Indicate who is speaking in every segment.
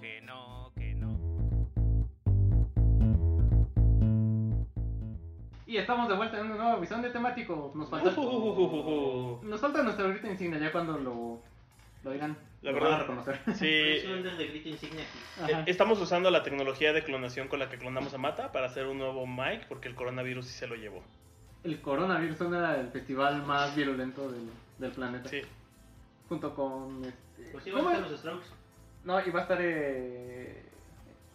Speaker 1: que no, que no.
Speaker 2: Y estamos de vuelta en una nueva visión de temático. Nos falta, nos falta nuestra grita insignia ya cuando lo, lo oigan.
Speaker 3: La
Speaker 2: lo
Speaker 3: verdad. Eh,
Speaker 2: van a reconocer.
Speaker 3: Sí,
Speaker 4: Es un de grito insignia aquí.
Speaker 2: Ajá.
Speaker 3: estamos usando la tecnología de clonación con la que clonamos a Mata para hacer un nuevo mic porque el coronavirus sí se lo llevó.
Speaker 2: El coronavirus era el festival más virulento del, del planeta.
Speaker 3: Sí.
Speaker 2: Junto con. Este,
Speaker 4: Pues sí,
Speaker 2: ¿cómo
Speaker 4: vamos a
Speaker 2: es?
Speaker 4: los strokes.
Speaker 2: No, y va a estar eh,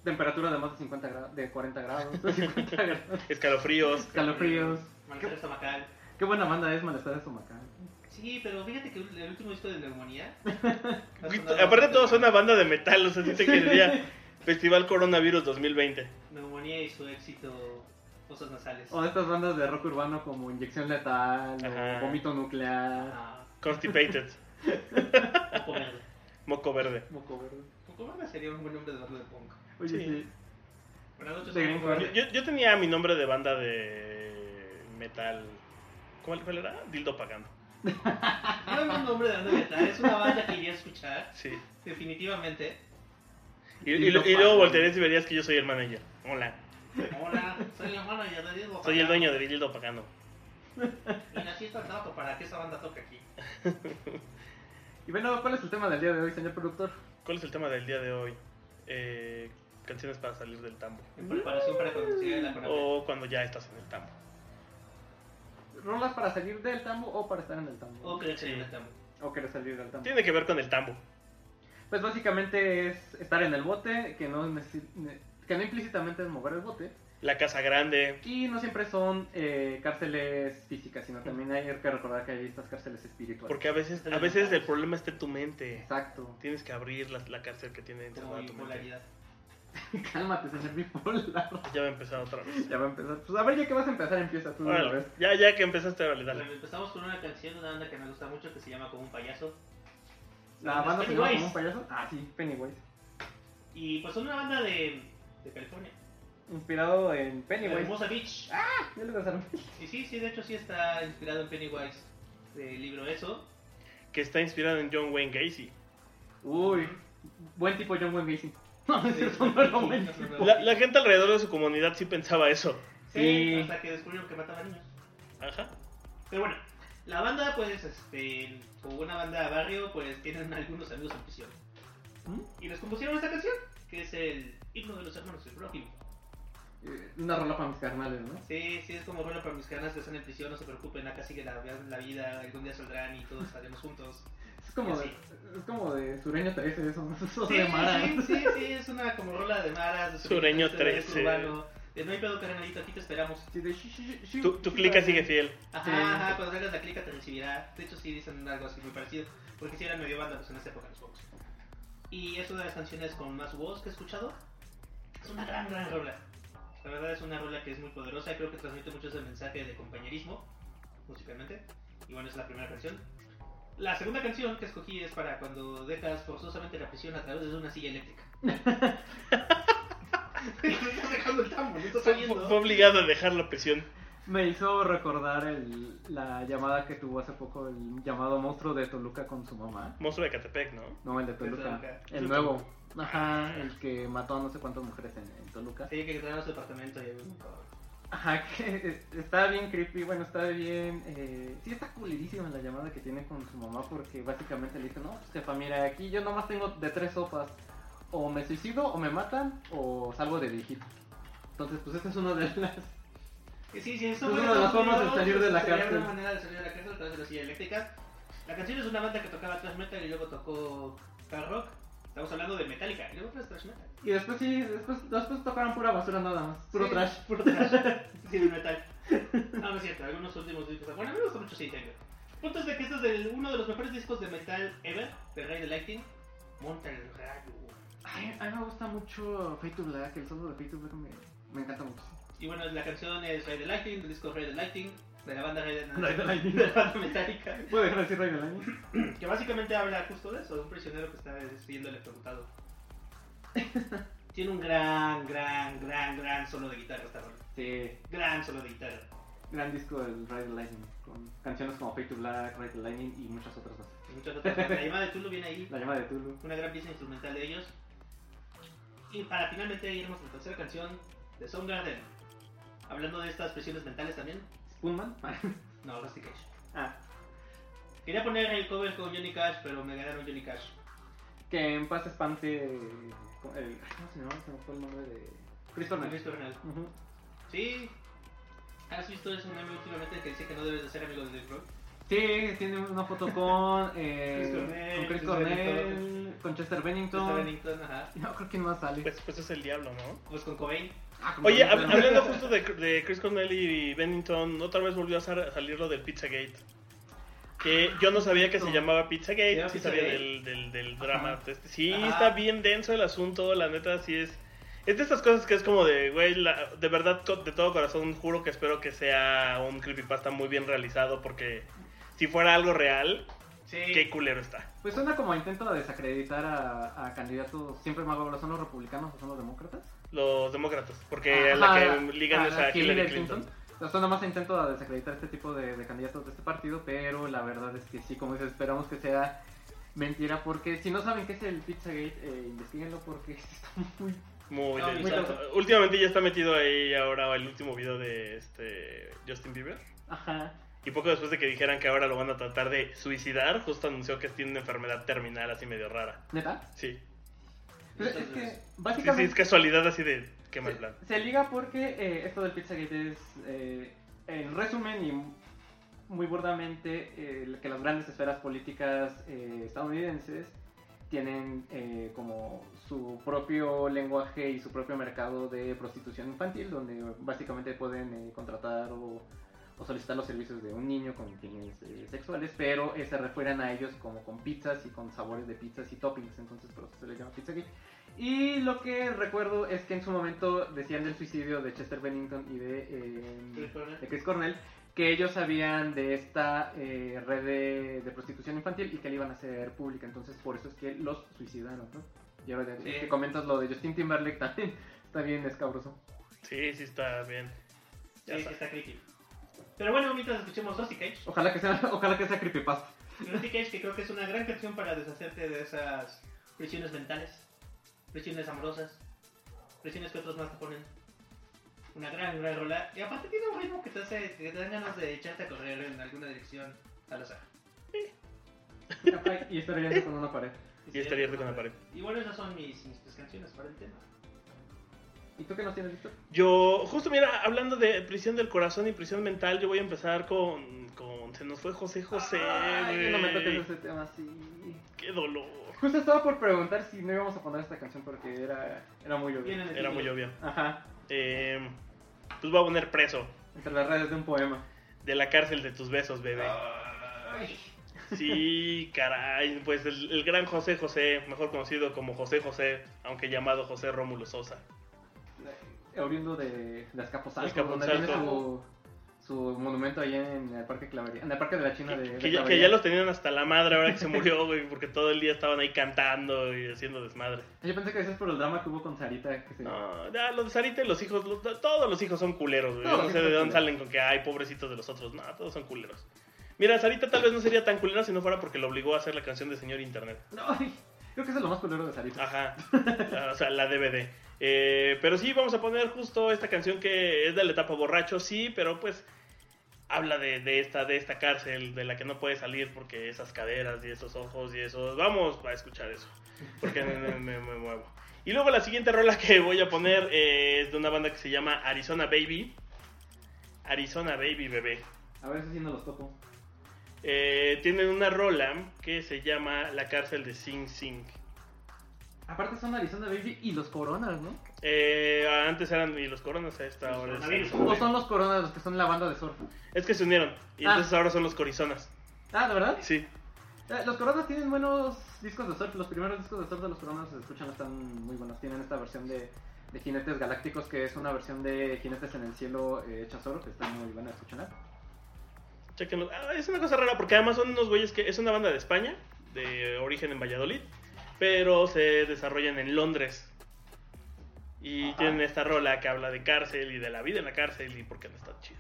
Speaker 2: temperatura de más de 50 grados, de 40 grados, de 50 grados,
Speaker 3: Escalofríos.
Speaker 2: calofríos.
Speaker 4: Malestar estomacal.
Speaker 2: Qué buena banda es malestar estomacal.
Speaker 4: Sí, pero fíjate que el último disco de neumonía.
Speaker 3: Güey, Aparte todo suena a banda de metal, o sea, sí se quería Festival Coronavirus 2020.
Speaker 4: Neumonía y su éxito, fosas nasales.
Speaker 2: O de estas bandas de rock urbano como Inyección Letal,
Speaker 3: Ajá.
Speaker 2: o Vómito Nuclear,
Speaker 4: Ah,
Speaker 3: Constipated.
Speaker 4: Coco Verde.
Speaker 3: Moco verde.
Speaker 2: Moco Verde.
Speaker 4: Coco Verde sería un buen nombre de banda de punk.
Speaker 2: Oye, este,
Speaker 3: Sí.
Speaker 2: sí.
Speaker 4: Buenas noches,
Speaker 2: De
Speaker 4: Coco
Speaker 2: Gringo
Speaker 3: Yo,
Speaker 4: Verde.
Speaker 3: yo- yo tenía mi nombre de banda de metal. ¿Cuál, cuál era? Dildo Pagano.
Speaker 4: No es un nombre de banda de metal, es una banda que iría a escuchar,
Speaker 3: Sí.
Speaker 4: definitivamente.
Speaker 3: Y, y- y luego voltearías y verías que yo soy el manager. Hola.
Speaker 4: Hola, soy la manager de Diego.
Speaker 3: Soy el dueño de Dildo Pagano.
Speaker 4: Y nací tratado para que esa banda toque aquí.
Speaker 2: Y bueno, ¿cuál es el tema del día de hoy, señor productor?
Speaker 3: ¿Cuál es el tema del día de hoy? Eh, canciones para salir del tambo.
Speaker 4: En preparación para conducir
Speaker 3: Oh.
Speaker 4: la coronel.
Speaker 3: O cuando ya estás en el tambo.
Speaker 2: ¿Rolas para salir del tambo o para estar en el tambo?
Speaker 4: O crecer en
Speaker 3: Sí.
Speaker 4: el tambo.
Speaker 2: O querer salir del tambo.
Speaker 3: Tiene que ver con el tambo.
Speaker 2: Pues básicamente es estar en el bote, que no, necesi- ne- que no implícitamente es mover el bote.
Speaker 3: La casa grande.
Speaker 2: Y no siempre son eh, cárceles físicas, sino también hay que recordar que hay estas cárceles espirituales.
Speaker 3: Porque a veces, a veces el problema está en tu mente.
Speaker 2: Exacto.
Speaker 3: Tienes que abrir la, la cárcel que tiene encerrada
Speaker 4: Como
Speaker 3: tu mente.
Speaker 4: bipolaridad.
Speaker 2: Cálmate, señor bipolar.
Speaker 3: Ya va a empezar otra vez.
Speaker 2: Ya va a empezar. Pues a ver, ya que vas a empezar, empieza tú de una
Speaker 3: Órale,
Speaker 2: vez.
Speaker 3: ya, ya que empezaste, dale, dale.
Speaker 4: Bueno, Pues Empezamos con una canción de una banda que me gusta mucho que se llama Como un payaso.
Speaker 2: La banda se llama
Speaker 4: Pennywise.
Speaker 2: como un payaso. Ah, sí, Pennywise.
Speaker 4: Y pues son una banda de, de California.
Speaker 2: Inspirado en
Speaker 4: De
Speaker 2: Pennywise.
Speaker 4: Hermosa Beach.
Speaker 2: Ya le pasaron.
Speaker 4: Y sí, sí, de hecho sí está inspirado en Pennywise del libro Eso.
Speaker 3: Que está inspirado en John Wayne Gacy.
Speaker 2: Uy, buen tipo John Wayne Gacy. No, no es cierto, no era buen tipo.
Speaker 3: La, la gente alrededor de su comunidad sí pensaba eso.
Speaker 4: Sí,
Speaker 2: Sí.
Speaker 4: hasta que descubrieron que mataba niños.
Speaker 3: Ajá.
Speaker 4: Pero bueno, la banda, pues, este, como una banda de barrio, pues tienen algunos amigos en prisión.
Speaker 2: ¿Mm?
Speaker 4: Y les compusieron esta canción, que es el himno de los hermanos del prójimo.
Speaker 2: Eh, Una rola para mis carnales, ¿no?
Speaker 4: Sí, sí, es como bueno para mis canas que están en prisión, no se preocupen, acá sigue la, la vida, algún día saldrán y todos estaremos juntos.
Speaker 2: Es como, de,
Speaker 4: Sí.
Speaker 2: es como de Sureño 13, eso. Eso
Speaker 4: Sí,
Speaker 2: de Mara.
Speaker 4: sí, sí, sí, es una como rola de maras, de
Speaker 3: Sureño
Speaker 4: de rock
Speaker 3: 13.
Speaker 4: urbano, de no hay pedo carnalito, aquí te esperamos.
Speaker 2: Sí, de shi- shi- shi-
Speaker 3: Tu, tu clica sigue fiel.
Speaker 4: Ajá,
Speaker 2: Sí.
Speaker 4: ajá, cuando salgas la clica te recibirá. De hecho sí dicen algo así muy parecido, porque si eran medio banda pues en esa época los Fox. Y es una de las canciones con más voz que he escuchado. Es una gran, gran rola. La verdad es una rola que es muy poderosa, creo que transmite mucho ese mensaje de compañerismo, musicalmente. Y bueno, es la primera canción. La segunda canción que escogí es para cuando dejas forzosamente la prisión a través de una silla eléctrica. estás dejando el tambo, no estás
Speaker 3: Fue,
Speaker 4: saliendo.
Speaker 3: fue obligado a dejar la prisión.
Speaker 2: Me hizo recordar el, la llamada que tuvo hace poco el llamado monstruo de Toluca con su mamá.
Speaker 3: Monstruo de Catepec, ¿no?
Speaker 2: No, el de
Speaker 4: Toluca.
Speaker 2: Toluca. El nuevo. Ajá, el que mató a no sé cuántas mujeres en, en Toluca.
Speaker 4: Sí, que traen a su departamento y hay un cabrón.
Speaker 2: Ajá, que es- está bien creepy, bueno, está bien... Eh, sí, está culerísima la llamada que tiene con su mamá porque básicamente le dice, no, pues jefa, mira, aquí yo nomás tengo de tres sopas. O me suicido, o me matan, o salgo de viejito. Entonces, pues esta es una de las...
Speaker 4: Que Sí, sí, eso
Speaker 2: Es
Speaker 4: fue
Speaker 2: una de las formas de salir de la
Speaker 4: Sería
Speaker 2: cárcel.
Speaker 4: una manera de salir de la cárcel a través de la silla eléctrica. La canción es una banda que tocaba thrash metal y luego tocó hard rock. Estamos hablando de Metallica y luego fue thrash metal.
Speaker 2: Y después sí, después, después tocaron pura basura nada más. Puro
Speaker 4: Sí,
Speaker 2: trash.
Speaker 4: Puro trash. sí, de metal. Ah, No, no es cierto. Algunos últimos discos. Bueno, a mí me gusta mucho Saint Anger. Punto es de que este es del- uno de los mejores discos de metal ever, de Rey de Lightning. Monta el rayo.
Speaker 2: Ay, a mí me gusta mucho Fate to Black, el solo de Fate to Black me, me encanta mucho.
Speaker 4: Y bueno, la canción es Ray the Lightning, del disco Ray the Lightning, de la banda Ray the
Speaker 2: Ray the Lightning.
Speaker 4: de la banda Metallica,
Speaker 2: ¿Puedo dejar de decir Rey del Año?
Speaker 4: que básicamente habla justo de eso, de un prisionero que está siendo electrocutado. Tiene un gran, gran, gran, gran solo de guitarra esta rola.
Speaker 2: Sí,
Speaker 4: Gran solo de guitarra.
Speaker 2: gran disco del Ride the Lightning, con canciones como Fade to Black, Ride the Lightning y muchas otras más.
Speaker 4: Y muchas otras cosas. La llamada de Tulo viene ahí,
Speaker 2: La llama de Tulu.
Speaker 4: una gran pieza instrumental de ellos. Y para finalmente irnos a la tercera canción de Soundgarden. Hablando de estas presiones mentales también.
Speaker 2: Spoonman.
Speaker 4: No, Rusty Cage.
Speaker 2: ah,
Speaker 4: Quería poner el cover con Johnny Cash, pero me ganaron Johnny Cash.
Speaker 2: que en paz espante. eh, El, ay, ¿Cómo se llama? Se me fue el nombre de. Chris Cornell.
Speaker 4: Luis Tornal.
Speaker 2: Ujú.
Speaker 4: Sí. ¿Has visto ese meme últimamente que dice que no debes de ser amigo de Dave Grohl?
Speaker 2: Sí, tiene una foto con. eh,
Speaker 4: Chris Cornell,
Speaker 2: con Chris
Speaker 4: Chris
Speaker 2: Cornell,
Speaker 4: Bennington.
Speaker 2: con Chester
Speaker 4: Está
Speaker 2: Bennington.
Speaker 4: Bennington, pues, ajá.
Speaker 2: No, creo que no sale.
Speaker 3: Pues, pues es el diablo, ¿no?
Speaker 4: Pues con Cobain.
Speaker 2: Ah, con
Speaker 3: Oye,
Speaker 2: Chris
Speaker 3: hab-
Speaker 2: Cornell.
Speaker 3: hablando justo de, de Chris Cornell y Bennington, otra vez volvió a sal- salir lo del Pizzagate. Que yo no sabía que se llamaba
Speaker 4: ¿Se
Speaker 3: Pizzagate,
Speaker 4: llama
Speaker 3: sí sabía
Speaker 4: Ah, Pizzagate?
Speaker 3: del, del, del drama. Este, Sí,
Speaker 4: Ajá.
Speaker 3: está bien denso el asunto, la neta, sí es. Es de estas cosas que es como de, güey, la- de verdad, to- de todo corazón, juro que espero que sea un creepypasta muy bien realizado, porque si fuera algo real,
Speaker 4: Sí.
Speaker 3: qué culero está.
Speaker 2: Pues suena como intento de desacreditar a, a candidatos. Siempre más ahora son los republicanos o son los demócratas.
Speaker 3: Los demócratas, porque a la
Speaker 2: Ajá,
Speaker 3: que ligan
Speaker 2: a
Speaker 3: es
Speaker 2: la
Speaker 3: a Hillary Clinton.
Speaker 2: O sea, suena más a intento de desacreditar este tipo de, de candidatos de este partido, pero la verdad es que sí, como dices, esperamos que sea mentira, porque si no saben qué es el Pizzagate, eh, investiguenlo porque está Ah, muy...
Speaker 3: Muy
Speaker 4: No,
Speaker 3: denso.
Speaker 4: muy
Speaker 2: denso.
Speaker 3: Últimamente ya está metido ahí ahora el último video de este Justin Bieber.
Speaker 2: Ajá.
Speaker 3: Y poco después de que dijeran que ahora lo van a tratar de suicidar, justo anunció que tiene una enfermedad terminal así medio rara.
Speaker 2: ¿Neta?
Speaker 3: Sí.
Speaker 2: Pues es que,
Speaker 4: Entonces,
Speaker 3: Sí, sí,
Speaker 2: básicamente...
Speaker 3: es casualidad así de qué mal plan.
Speaker 2: se, se liga porque eh, esto del Pizzagate es, eh, en resumen y muy burdamente, eh, que las grandes esferas políticas eh, estadounidenses tienen eh, como su propio lenguaje y su propio mercado de prostitución infantil, donde básicamente pueden eh, contratar o, o solicitar los servicios de un niño con fines eh, sexuales, pero eh, se refieren a ellos como con pizzas y con sabores de pizzas y toppings, entonces por eso se le llama pizza gay. Y lo que recuerdo es que en su momento decían del suicidio de Chester Bennington y de, eh,
Speaker 4: Chris Cornell.
Speaker 2: de Chris Cornell que ellos sabían de esta eh, red de, de prostitución infantil y que la iban a hacer pública, entonces por eso es que los suicidaron, ¿no? Y ahora de-
Speaker 4: Sí.
Speaker 2: que comentas lo de Justin Timberlake también está bien escabroso.
Speaker 3: Sí, sí está bien.
Speaker 4: Sí,
Speaker 3: Ya
Speaker 4: que
Speaker 3: sabes.
Speaker 4: está creepy. Pero bueno, mientras escuchemos Rusty Cage.
Speaker 2: Ojalá que sea, ojalá que sea creepypasta.
Speaker 4: Rusty Cage, que creo que es una gran canción para deshacerte de esas presiones mentales, presiones amorosas, presiones que otros más te ponen. Una gran, gran rola. Y aparte tiene un ritmo que te hace, que te dan ganas de echarte a correr en alguna dirección al azar.
Speaker 2: y estar yendo con una pared.
Speaker 3: Y estaría rico en la pared.
Speaker 4: Y bueno, esas son mis, mis tres canciones para el tema.
Speaker 2: ¿Y tú qué nos tienes listo?
Speaker 3: Yo, justo mira, hablando de prisión del corazón y prisión mental, yo voy a empezar con. con se nos fue José José.
Speaker 2: Ay, no me
Speaker 3: güey.
Speaker 2: toques ese tema así.
Speaker 3: Qué dolor.
Speaker 2: Justo estaba por preguntar si no íbamos a poner esta canción porque era, era muy
Speaker 4: Viene
Speaker 2: obvio.
Speaker 4: en el
Speaker 3: Era
Speaker 4: título.
Speaker 3: muy obvio.
Speaker 2: Ajá,
Speaker 3: Eh, pues voy a poner preso.
Speaker 2: entre las redes de un poema.
Speaker 3: De la cárcel de tus besos, bebé.
Speaker 4: Ay,
Speaker 3: Sí, caray. Pues el, el gran José José, mejor conocido como José José, aunque llamado José Rómulo Sosa.
Speaker 2: Eh, Oriundo de, de Azcapotzalco,
Speaker 3: Azcapotzalco.
Speaker 2: donde tiene su, su monumento ahí en el Parque Clavería, en el Parque de la China de, de
Speaker 3: Que ya, que
Speaker 2: Clavería.
Speaker 3: ya los tenían hasta la madre ahora que se murió, güey, porque todo el día estaban ahí cantando y haciendo desmadre.
Speaker 2: Yo pensé que decías por el drama que hubo con Sarita, que se...
Speaker 3: No, ya, los de Sarita y los hijos, los- todos los hijos son culeros, güey. Yo
Speaker 2: Todos
Speaker 3: no
Speaker 2: los
Speaker 3: sé
Speaker 2: hijos
Speaker 3: de
Speaker 2: son
Speaker 3: dónde salen con que, ay, pobrecitos de los otros. No, todos son culeros. Mira, Sarita tal vez no sería tan culera si no fuera porque lo obligó a hacer la canción de Señor Internet.
Speaker 2: No, ay, creo que eso es lo más culero de Sarita.
Speaker 3: Ajá. Ah, O sea, la DVD. Eh, pero sí, vamos a poner justo esta canción que es de la etapa borracho, sí, pero pues habla de, de esta, de esta cárcel de la que no puede salir porque esas caderas y esos ojos y esos... Vamos a escuchar eso, porque me, me- me- me muevo. Y luego la siguiente rola que voy a poner eh, es de una banda que se llama Arizona Baby. Arizona Baby, bebé.
Speaker 2: A ver si no los topo.
Speaker 3: Eh, tienen una rola que se llama La cárcel de Sing Sing.
Speaker 2: Aparte son Arizona Baby y los coronas, ¿no?
Speaker 3: Eh, antes eran y los coronas a esta
Speaker 4: Los
Speaker 3: hora. es-
Speaker 4: coronavirus.
Speaker 2: O son los coronas los que son la banda de surf.
Speaker 3: Es que se unieron y
Speaker 2: Ah.
Speaker 3: entonces ahora son los corizonas.
Speaker 2: Ah, ¿de verdad?
Speaker 3: Sí.
Speaker 2: Eh, Los Coronas tienen buenos discos de surf. Los primeros discos de surf de los Coronas se escuchan, están muy buenos. Tienen esta versión de de Jinetes Galácticos, que es una versión de Jinetes en el Cielo eh, hecha solo, que está muy buena, escúchenla.
Speaker 3: Chéquenlo. Ah, es una cosa rara porque además son unos güeyes que es una banda de España, de origen en Valladolid, pero se desarrollan en Londres. Y
Speaker 2: Ajá.
Speaker 3: tienen esta rola que habla de cárcel y de la vida en la cárcel y por qué no está chido.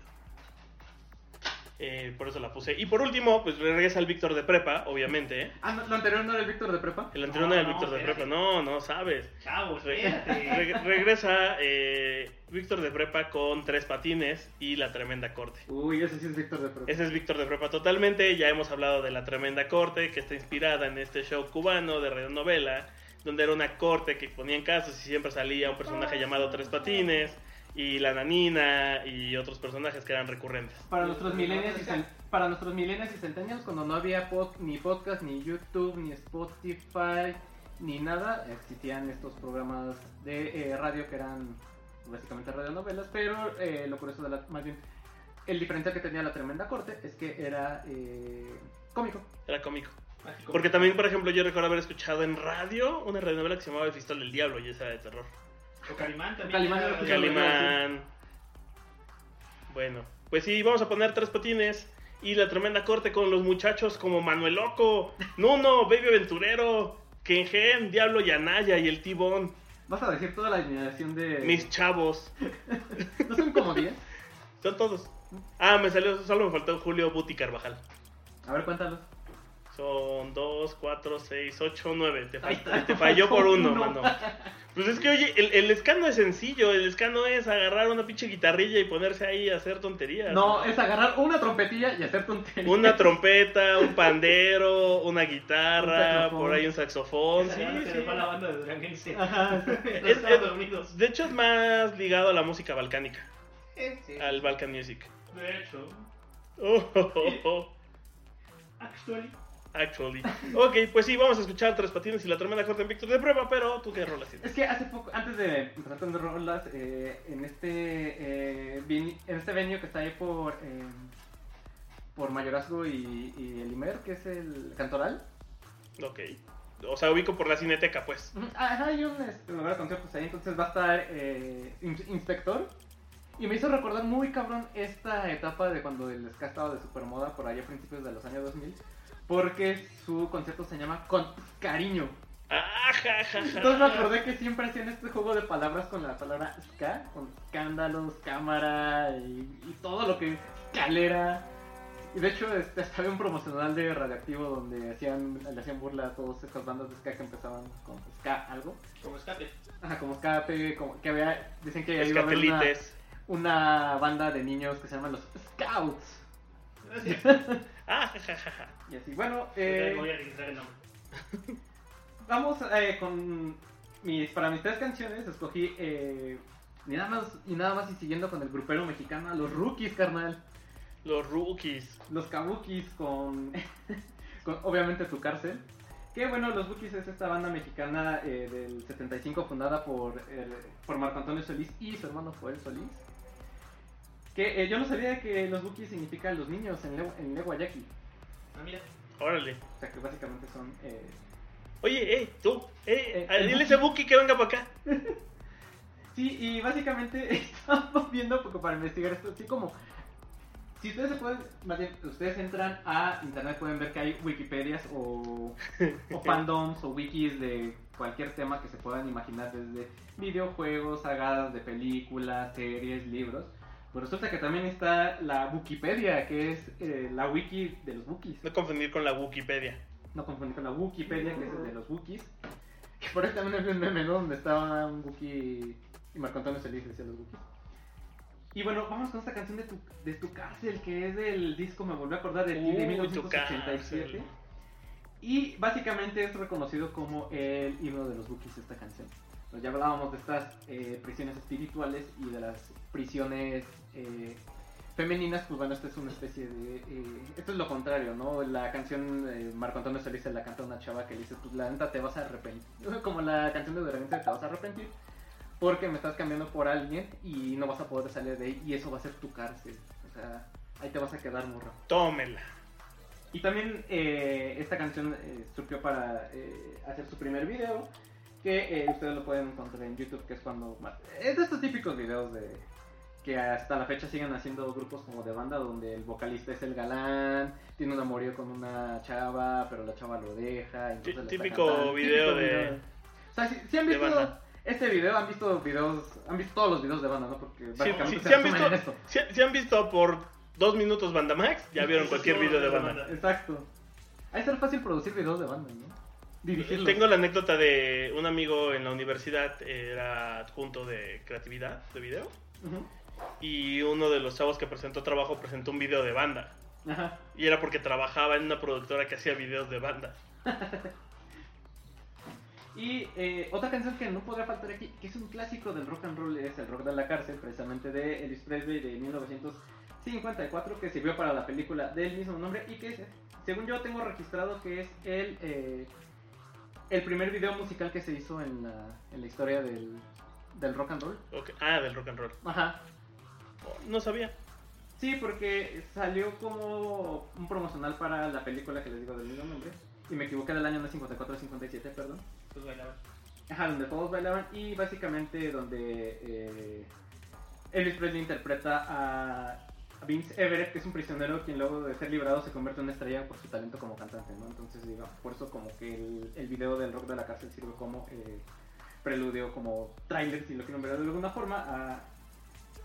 Speaker 3: Eh, por eso la puse. Y por último, pues regresa el Víctor de Prepa, obviamente. ¿eh?
Speaker 2: Ah, no, lo anterior no era el Víctor de Prepa.
Speaker 3: El anterior
Speaker 4: No,
Speaker 3: era el
Speaker 4: no,
Speaker 3: Víctor de
Speaker 4: espérate.
Speaker 3: Prepa. No, no sabes.
Speaker 4: Chavo,
Speaker 3: Re-
Speaker 4: espérate.
Speaker 3: re- regresa eh, Víctor de Prepa con tres patines y la tremenda corte.
Speaker 2: Uy, ese sí es Víctor de Prepa.
Speaker 3: Ese es Víctor de Prepa totalmente. Ya hemos hablado de la tremenda corte que está inspirada en este show cubano de radionovela, donde era una corte que ponían casos y siempre salía un personaje llamado Tres Patines y la nanina y otros personajes que eran recurrentes.
Speaker 2: Para nuestros milenios y cen- para nuestros millennials y centennials, cuando no había pod- ni podcast, ni YouTube, ni Spotify, ni nada, existían estos programas de eh, radio que eran básicamente radionovelas, pero eh, lo curioso de la, más bien, el diferencial que tenía la tremenda corte es que era eh, cómico.
Speaker 3: Era cómico.
Speaker 4: Mágico.
Speaker 3: Porque también, por ejemplo, yo recuerdo haber escuchado en radio una radionovela que se llamaba El Fistol del Diablo y esa era de terror.
Speaker 4: O Calimán también.
Speaker 2: Calimán
Speaker 4: era-
Speaker 2: era lo que yo
Speaker 3: Calimán. Bueno, pues sí, vamos a poner tres patines y la tremenda corte con los muchachos como Manuel Loco, Nuno, Baby Aventurero, Kengen, Diablo y Anaya y el Tibón,
Speaker 2: Vas a decir toda la generación de...
Speaker 3: mis chavos,
Speaker 2: ¿No son como 10?
Speaker 3: son todos. Ah, me salió, solo me faltó Julio Buti Carvajal.
Speaker 2: A ver, cuéntalos.
Speaker 3: Son dos, cuatro, seis, ocho, nueve. Te, fal-
Speaker 2: Ahí está,
Speaker 3: te falló por
Speaker 2: faltó
Speaker 3: uno,
Speaker 2: uno.
Speaker 3: mano. Pues es que, oye, el, el escano es sencillo. El escano es agarrar una pinche guitarrilla y ponerse ahí a hacer tonterías.
Speaker 2: No, es agarrar una trompetilla y hacer tonterías.
Speaker 3: Una trompeta, un pandero, una guitarra,
Speaker 2: Un saxofón.
Speaker 3: por ahí un saxofón.
Speaker 4: Esa
Speaker 3: Sí,
Speaker 4: banda que
Speaker 3: sí.
Speaker 4: le fue a la banda de Duranguense.
Speaker 2: Ajá, sí.
Speaker 4: No
Speaker 3: Es-
Speaker 4: estaban
Speaker 3: es-
Speaker 4: dormidos.
Speaker 3: De hecho, es más ligado a la música balcánica,
Speaker 4: Eh, sí.
Speaker 3: al Balkan Music.
Speaker 4: De hecho,
Speaker 3: Oh, oh, oh, oh,
Speaker 4: actually,
Speaker 3: Actually. Ok, pues sí, vamos a escuchar Tres Patines y la Tremenda Corte en Víctor de Prueba, pero tú qué rolas tienes.
Speaker 2: Es que hace poco, antes de empezar con las rolas, eh, en este eh, vin- en este venue que está ahí por eh, por Mayorazgo y, y el Imer, que es el Cantoral.
Speaker 3: Ok. O sea, ubico por la cineteca, pues.
Speaker 2: Ajá, hay un este, lugar de conciertos ahí, entonces va a estar eh, In- Inspector. Y me hizo recordar muy cabrón esta etapa de cuando el ska estaba de supermoda por ahí a principios de los años 2000, porque su concierto se llama Con Cariño.
Speaker 3: Ah, ja, ja, ja.
Speaker 2: Entonces me acordé que siempre hacían este juego de palabras con la palabra ska, con escándalos, cámara y, y todo lo que calera. Y de hecho, este, hasta había un promocional de Radioactivo donde hacían, le hacían burla a todas estas bandas de ska que empezaban con ska algo.
Speaker 4: como escape.
Speaker 2: Ajá, como escape, como que había, dicen que iba a haber una,
Speaker 3: Escatelites.
Speaker 2: una banda de niños que se llaman los Scouts.
Speaker 4: Gracias.
Speaker 3: Ah, ja, ja, ja, ja.
Speaker 2: Y así, bueno, eh,
Speaker 4: Ya Voy a registrar el nombre.
Speaker 2: Vamos eh, con mis para mis tres canciones escogí eh, ni nada más y nada más y siguiendo con el grupero mexicano a los rookies carnal
Speaker 3: Los rookies.
Speaker 2: los kabukis con, con obviamente tu cárcel que bueno los rookies es esta banda mexicana eh, del 75 fundada por eh, por Marco Antonio Solís y su hermano Joel Solís que eh, yo no sabía que los rookies significan los niños en, le, en lengua yaqui
Speaker 4: Ah, mira.
Speaker 3: Órale.
Speaker 2: o sea que básicamente son eh,
Speaker 3: Oye, eh, tú. Eh,
Speaker 2: Eh, el
Speaker 3: dile a ese Buki que venga para acá.
Speaker 2: Sí, y básicamente estamos viendo porque para investigar esto, así como si ustedes se pueden, más bien, ustedes entran a internet pueden ver que hay Wikipedias o, o fandoms o wikis de cualquier tema que se puedan imaginar desde videojuegos, sagas de películas, series, libros. Pues resulta que también está la Wikipedia, que es eh, la wiki de los wikis.
Speaker 3: No confundir con la Wikipedia.
Speaker 2: No confundir con la Wikipedia, que es el de los Wookiees. Que por ahí también había un meme, ¿no? Donde estaba un Wookiee y Marco Antonio Solís decía los Wookiees. Y bueno, vamos con esta canción de tu, de tu cárcel, que es del disco Me Volví a Acordar de Ti de
Speaker 3: Uy, tu
Speaker 2: 1987.
Speaker 3: cárcel.
Speaker 2: Y básicamente es reconocido como el himno de los Wookiees esta canción. Pero ya hablábamos de estas eh, prisiones espirituales y de las prisiones eh, femeninas, pues bueno, esta es una especie de... eh, esto es lo contrario, ¿no? La canción eh, Marco Antonio Solís se la canta a una chava que le dice, pues la neta te vas a arrepentir. Como la canción de Durante te vas a arrepentir porque me estás cambiando por alguien y no vas a poder salir de ahí y eso va a ser tu cárcel. O sea, ahí te vas a quedar morro.
Speaker 3: Tómela.
Speaker 2: Y también eh, esta canción eh, surgió para eh, hacer su primer video, que que eh, ustedes lo pueden encontrar en YouTube, que es cuando... Es de estos típicos videos de que hasta la fecha siguen haciendo grupos como de banda donde el vocalista es el galán, tiene un amorío con una chava, pero la chava lo deja. entonces
Speaker 3: Tí-
Speaker 2: la está
Speaker 3: típico
Speaker 2: cantando.
Speaker 3: video de-
Speaker 2: O sea, si, si han
Speaker 3: de
Speaker 2: visto
Speaker 3: banda.
Speaker 2: este video, han visto videos, han visto todos los videos de banda, ¿no? Porque
Speaker 3: Si,
Speaker 2: básicamente
Speaker 3: si-
Speaker 2: se
Speaker 3: si han
Speaker 2: resumen
Speaker 3: visto,
Speaker 2: en esto.
Speaker 3: si, si han visto por dos minutos Bandamax, ya vieron cualquier video de banda.
Speaker 2: Exacto. Ha de ser fácil producir videos de banda, ¿no? Dirigirlos.
Speaker 3: Tengo la anécdota de un amigo en la universidad, era adjunto de creatividad de video,
Speaker 2: Ujú.
Speaker 3: y uno de los chavos que presentó trabajo presentó un video de banda.
Speaker 2: Ajá.
Speaker 3: Y era porque trabajaba en una productora que hacía videos de banda.
Speaker 2: Y eh, otra canción que no podría faltar aquí, que es un clásico del rock and roll, es el rock de la cárcel, precisamente de Elvis Presley de 1954, que sirvió para la película del mismo nombre y que, según yo tengo registrado, que es el, eh, el primer video musical que se hizo en la, en la historia del, del rock and roll.
Speaker 3: Ok, Ah, del rock and roll.
Speaker 2: Ajá.
Speaker 3: Oh, No sabía.
Speaker 2: Sí, porque salió como un promocional para la película que les digo del mismo nombre. Y me equivoqué del año, no es 54, es 57, perdón.
Speaker 4: Pues bailaban.
Speaker 2: Ajá, donde todos bailaban y básicamente donde eh, Elvis Presley interpreta a a Vince Everett, que es un prisionero quien luego de ser liberado se convierte en una estrella por su talento como cantante, ¿no? Entonces, digo, por eso como que el, el video del rock de la cárcel sirve como eh, preludio, como tráiler, si lo quieren ver de alguna forma, a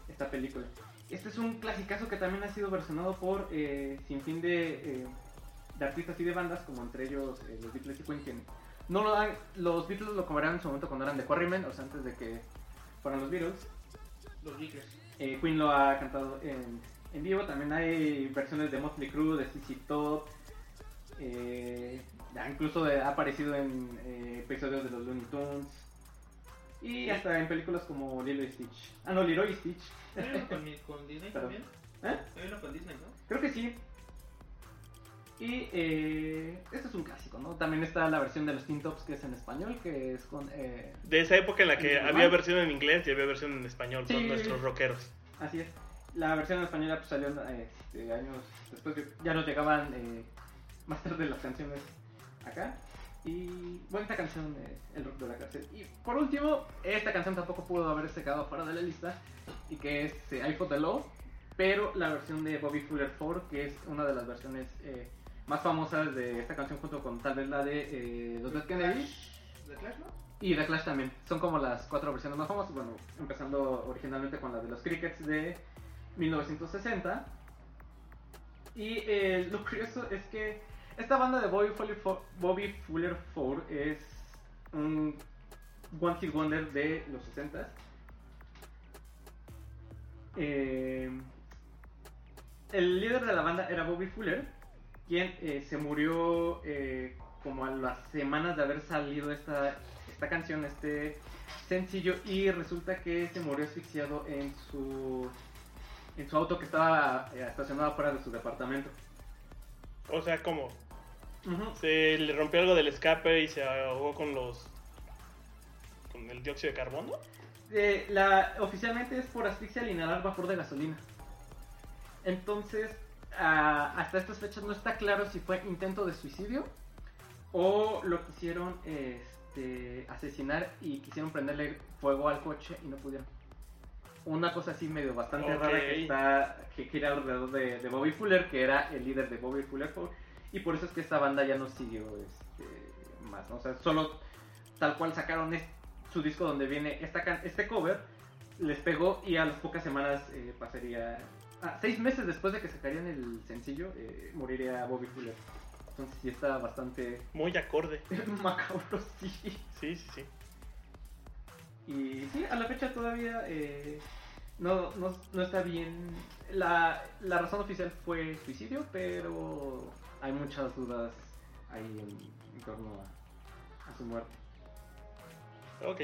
Speaker 2: esta película. Este es un clasicazo que también ha sido versionado por eh, sin fin de, eh, de artistas y de bandas, como entre ellos eh, los Beatles y Queen, quien no lo dan- los Beatles lo cobraron en su momento cuando eran de Quarrymen, o sea, antes de que fueran los Beatles.
Speaker 4: Los Beatles.
Speaker 2: Eh, Queen lo ha cantado en, en vivo, también hay versiones de Motley Crue, de CC Top, eh, ya incluso de- ha aparecido en eh, episodios de los Looney Tunes. Y hasta en películas como Lilo y Stitch. Ah, no, Leroy y Stitch.
Speaker 4: ¿Hay uno con, mi- con Disney
Speaker 2: Perdón.
Speaker 4: también?
Speaker 2: ¿Eh?
Speaker 4: ¿Hay uno con Disney, no?
Speaker 2: Creo que sí. Y eh, este es un clásico, ¿no? También está la versión de los Teen Tops que es en español, que es con... eh,
Speaker 3: De esa época en la que
Speaker 2: ¿En
Speaker 3: había
Speaker 2: alemán?
Speaker 3: versión en inglés y había versión en español
Speaker 2: Sí.
Speaker 3: con nuestros rockeros.
Speaker 2: Así es. La versión española pues, salió eh, este, años después, que ya nos llegaban eh, más tarde las canciones acá. Y bueno, esta canción, eh, El Rock de la Cárcel. Y por último, esta canción tampoco pudo haberse quedado fuera de la lista, y que es eh, I Fought the Law, pero la versión de Bobby Fuller 4, que es una de las versiones eh, más famosas de esta canción, junto con tal vez la de eh, Los Dead Kennedys.
Speaker 4: ¿De Clash, no?
Speaker 2: Y The Clash también. Son como las cuatro versiones más famosas. Bueno, empezando originalmente con la de los Crickets de 1960. Y eh, lo curioso es que esta banda de Bobby Fuller, Fo- Bobby Fuller Four es un One Hit Wonder de los 60s. Eh, el líder de la banda era Bobby Fuller, quien eh, se murió eh, como a las semanas de haber salido esta, esta canción, este sencillo, y resulta que se murió asfixiado en su, en su auto que estaba eh, estacionado fuera de su departamento.
Speaker 3: O sea, ¿cómo?
Speaker 2: Ujú.
Speaker 3: Se le rompió algo del escape y se ahogó con los. con el dióxido de carbono.
Speaker 2: Eh, la, oficialmente es por asfixia al inhalar vapor de gasolina. Entonces, ah, hasta estas fechas no está claro si fue intento de suicidio o lo quisieron este, asesinar y quisieron prenderle fuego al coche y no pudieron. Una cosa así medio bastante rara
Speaker 3: Ok.
Speaker 2: que está que gira alrededor de, de Bobby Fuller, que era el líder de Bobby Fuller Four, y por eso es que esta banda ya no siguió este, más, ¿no? O sea, solo tal cual sacaron es- su disco donde viene esta can- este cover, les pegó y a las pocas semanas eh, pasaría... ah, seis meses después de que sacarían el sencillo, eh, moriría Bobby Fuller. Entonces sí está bastante
Speaker 3: Muy acorde.
Speaker 2: macabro, sí.
Speaker 3: Sí, sí, sí.
Speaker 2: Y sí, a la fecha todavía eh, no, no, no está bien. La, la razón oficial fue suicidio, pero hay muchas dudas ahí en, en torno a, a su muerte.
Speaker 3: Ok.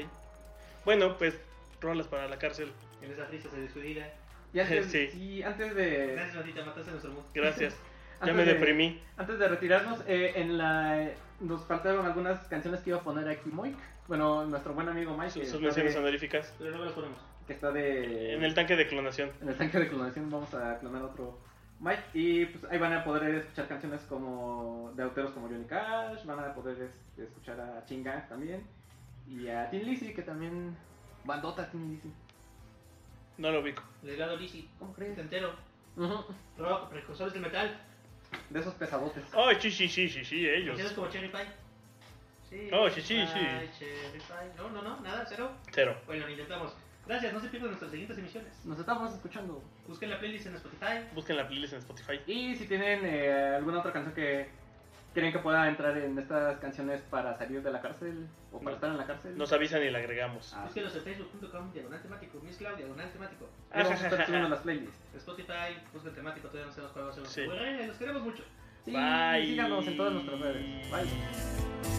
Speaker 3: Bueno, pues rolas para la cárcel.
Speaker 4: En esa risa se despedida.
Speaker 2: Y antes,
Speaker 3: Sí.
Speaker 2: y antes de...
Speaker 4: Gracias, bandita, mataste a nuestro mundo.
Speaker 3: Gracias. Ya
Speaker 2: antes
Speaker 3: me
Speaker 2: de-
Speaker 3: deprimí.
Speaker 2: Antes de retirarnos, eh, en la nos faltaron algunas canciones que iba a poner aquí Moik. Bueno, nuestro buen amigo Mike, que,
Speaker 3: Sus, sus
Speaker 2: está
Speaker 3: menciones
Speaker 2: de,
Speaker 3: honoríficas.
Speaker 4: Pero luego los ponemos.
Speaker 2: que está de...
Speaker 3: En el tanque de clonación.
Speaker 2: En el tanque de clonación vamos a clonar otro Mike y pues ahí van a poder escuchar canciones este, como de autores como Johnny Cash, van a poder es- escuchar a Chinga también Y a Tin Lizzy, que también. Bandota Tin Lizzy.
Speaker 3: No lo ubico.
Speaker 4: Delgado Lisi,
Speaker 2: ¿Cómo crees?
Speaker 4: entero,
Speaker 2: Ujú,
Speaker 4: rock, precursores del metal.
Speaker 2: De esos pesadotes.
Speaker 3: Oh, sí, sí, sí, sí, sí, ellos.
Speaker 4: ¿Conocidos como Cherry Pie? Sí.
Speaker 3: Oh, sí, sí, sí.
Speaker 4: Ay, Cherry Pie. No, no, no, nada, cero.
Speaker 3: Cero.
Speaker 4: Bueno, lo intentamos. Gracias, no se pierdan nuestras siguientes emisiones.
Speaker 2: Nos estamos escuchando.
Speaker 4: Busquen la playlist en Spotify.
Speaker 3: Busquen la playlist en Spotify.
Speaker 2: Y si tienen eh, alguna otra canción que creen que pueda entrar en estas canciones para salir de la cárcel o para
Speaker 3: No.
Speaker 2: estar en la cárcel.
Speaker 3: Nos avisan y la agregamos.
Speaker 2: Ah,
Speaker 4: Búsquenlos en facebook.com, diagonal temático, Miss Cloud, diagonal temático.
Speaker 2: ahí vamos a estar subiendo las playlists.
Speaker 4: En Spotify, busquen temático, todavía no sabemos cuál va a ser.
Speaker 3: Sí.
Speaker 4: Bueno, eh, los queremos mucho.
Speaker 2: Sí,
Speaker 3: Bye.
Speaker 2: síganos en todas nuestras redes. Bye.